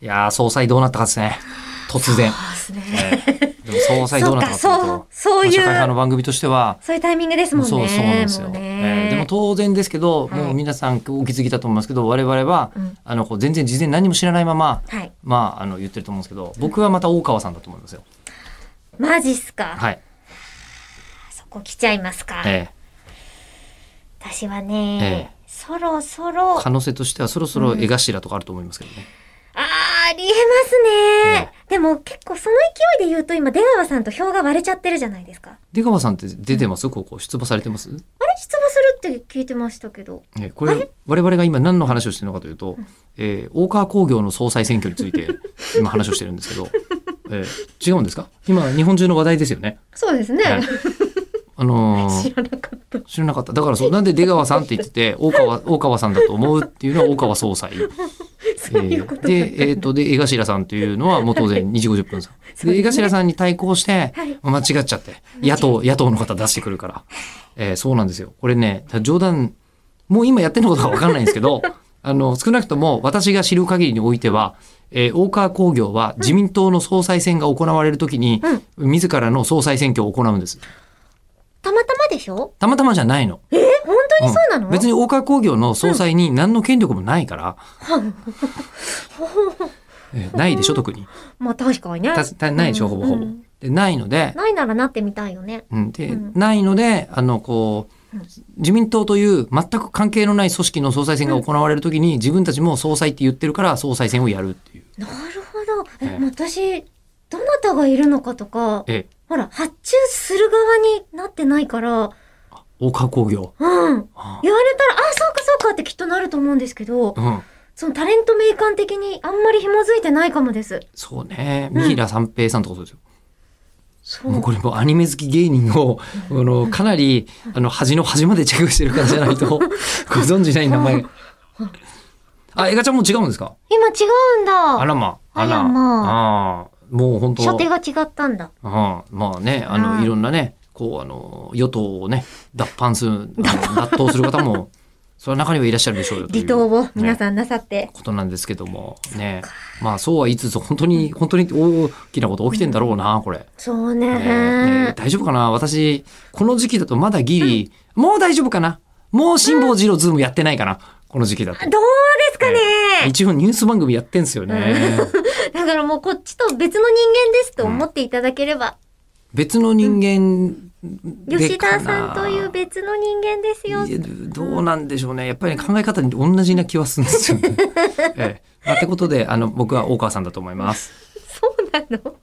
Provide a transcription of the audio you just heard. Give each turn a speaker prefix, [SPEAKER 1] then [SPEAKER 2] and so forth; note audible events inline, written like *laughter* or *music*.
[SPEAKER 1] いやー、総裁どうなったかですね。突
[SPEAKER 2] *laughs*
[SPEAKER 1] 然。
[SPEAKER 2] そうですね。
[SPEAKER 1] ええでも総裁どうなったかというと、
[SPEAKER 2] そうかそうそういう
[SPEAKER 1] まあ社会派の番組としては、
[SPEAKER 2] そういうタイミングですもんね。
[SPEAKER 1] そうそうなんですよ、
[SPEAKER 2] もう
[SPEAKER 1] ええ
[SPEAKER 2] ね
[SPEAKER 1] でも当然ですけど、
[SPEAKER 2] はい
[SPEAKER 1] もう皆さんお気づきだと思いますけど我々は、
[SPEAKER 2] うん
[SPEAKER 1] あのこう全然事前何も知らないまま、
[SPEAKER 2] はい。
[SPEAKER 1] まあ、あの言ってると思うんですけど僕はまた大川さんだと思いますよ。
[SPEAKER 2] マジっすか。
[SPEAKER 1] はい
[SPEAKER 2] そこ来ちゃいますか。
[SPEAKER 1] ええ
[SPEAKER 2] 私は
[SPEAKER 1] え
[SPEAKER 2] ね、そろそろ、
[SPEAKER 1] 可能性としてはそろそろ江頭とかあると思いますけどね。
[SPEAKER 2] あー、ありえますね。でも結構その勢いで言うと今出川さんと票が割れちゃってるじゃないですか。
[SPEAKER 1] 出川さんって出てますここ出馬されてます、
[SPEAKER 2] あれ出馬するって聞いてましたけど。
[SPEAKER 1] ええこれ我々が今何の話をしてるのかというと、ええ大川工業の総裁選挙について今話をしてるんですけど、ええ違うんですか今日本中の話題ですよね。
[SPEAKER 2] そうです
[SPEAKER 1] はいあのー
[SPEAKER 2] *laughs* 知らなかった。
[SPEAKER 1] 知らなかった。だからそう、なんで出川さんって言ってて、大川、大川さんだと思うっていうのは大川総裁。
[SPEAKER 2] そう *laughs* いうことだった
[SPEAKER 1] えーで、えっ、と、で、江頭さんというのはもう当然2時50分
[SPEAKER 2] *laughs*
[SPEAKER 1] さん。
[SPEAKER 2] う
[SPEAKER 1] で、
[SPEAKER 2] ですね
[SPEAKER 1] 江頭さんに対抗して
[SPEAKER 2] はい、
[SPEAKER 1] 間違っちゃって、野党、野党の方出してくるから。えーそうなんですよ。これね、冗談、もう今やってんのことかわかんないんですけ
[SPEAKER 2] *laughs*
[SPEAKER 1] ど、あの、少なくとも私が知る限りにおいては、えー大川工業は自民党の総裁選が行われるときに、自らの総裁選挙を行うんです。
[SPEAKER 2] たまたまでしょ
[SPEAKER 1] たまたまじゃないの。
[SPEAKER 2] え本当にそうなの、
[SPEAKER 1] ん別に大川工業の総裁に何の権力もないから、 *laughs* えーないでしょ特に
[SPEAKER 2] まあ確かにね。
[SPEAKER 1] たたないでしょほぼほぼ
[SPEAKER 2] うんうん。
[SPEAKER 1] でないので,、
[SPEAKER 2] ないならなってみたいよね。
[SPEAKER 1] うんで
[SPEAKER 2] うん
[SPEAKER 1] ないのであのこう自民党という全く関係のない組織の総裁選が行われるときに、自分たちも総裁って言ってるから総裁選をやるっていう。
[SPEAKER 2] なるほど。え、
[SPEAKER 1] ええ
[SPEAKER 2] 私、どなたがいるのかとか、
[SPEAKER 1] え
[SPEAKER 2] ほら、発注する側になってないから、
[SPEAKER 1] 大川工業、
[SPEAKER 2] うん。
[SPEAKER 1] あ
[SPEAKER 2] 言われたら、あ、そうかそうかってきっとなると思うんですけど、
[SPEAKER 1] うん、
[SPEAKER 2] そのタレント名鑑的にあんまり紐づいてないかもです。
[SPEAKER 1] そうね
[SPEAKER 2] うん
[SPEAKER 1] 三平三平さんってことですよ。
[SPEAKER 2] そ
[SPEAKER 1] もう
[SPEAKER 2] う。
[SPEAKER 1] これもうアニメ好き芸人を、あの、かなり、あの、端の端までチェックしてる方じゃない *laughs* と、ご存じない名前。あ、エガちゃんも違うんですか
[SPEAKER 2] 今違うん
[SPEAKER 1] あ
[SPEAKER 2] だ。
[SPEAKER 1] らま、あ
[SPEAKER 2] あ
[SPEAKER 1] ら。
[SPEAKER 2] らま
[SPEAKER 1] あーもう本当
[SPEAKER 2] 初手が違ったんだ。
[SPEAKER 1] うんまあね、あ
[SPEAKER 2] は
[SPEAKER 1] の、
[SPEAKER 2] い
[SPEAKER 1] いろんなね、こう、あの、与党をね、脱藩する、あの脱党する方も、 *laughs* それは中にはいらっしゃるでしょうよとい
[SPEAKER 2] 離
[SPEAKER 1] う。
[SPEAKER 2] 島を皆
[SPEAKER 1] ね
[SPEAKER 2] さんなさって。
[SPEAKER 1] ことなんですけどもねまあそうは言いつつ本当に本当に大きなこと起きてんだろうなこれ。
[SPEAKER 2] そうね。
[SPEAKER 1] ねね大丈夫かな私、この時期だとまだギリ、もう大丈夫かなもう辛坊二郎ズームやってないかなこの時期だと。
[SPEAKER 2] どうですかね、
[SPEAKER 1] 一応ニュース番組やってんすよね。
[SPEAKER 2] だからもうこっちと別の人間ですと思っていただければ、
[SPEAKER 1] 別の人間で
[SPEAKER 2] *laughs* 吉
[SPEAKER 1] かな
[SPEAKER 2] 田さんという別の人間ですよ。
[SPEAKER 1] いやどうなんでしょうね。やっぱり考え方に同じな気はするん *laughs* ですよね。ええまあ、ってことで、あの、僕は大川さんだと思います。
[SPEAKER 2] そうなの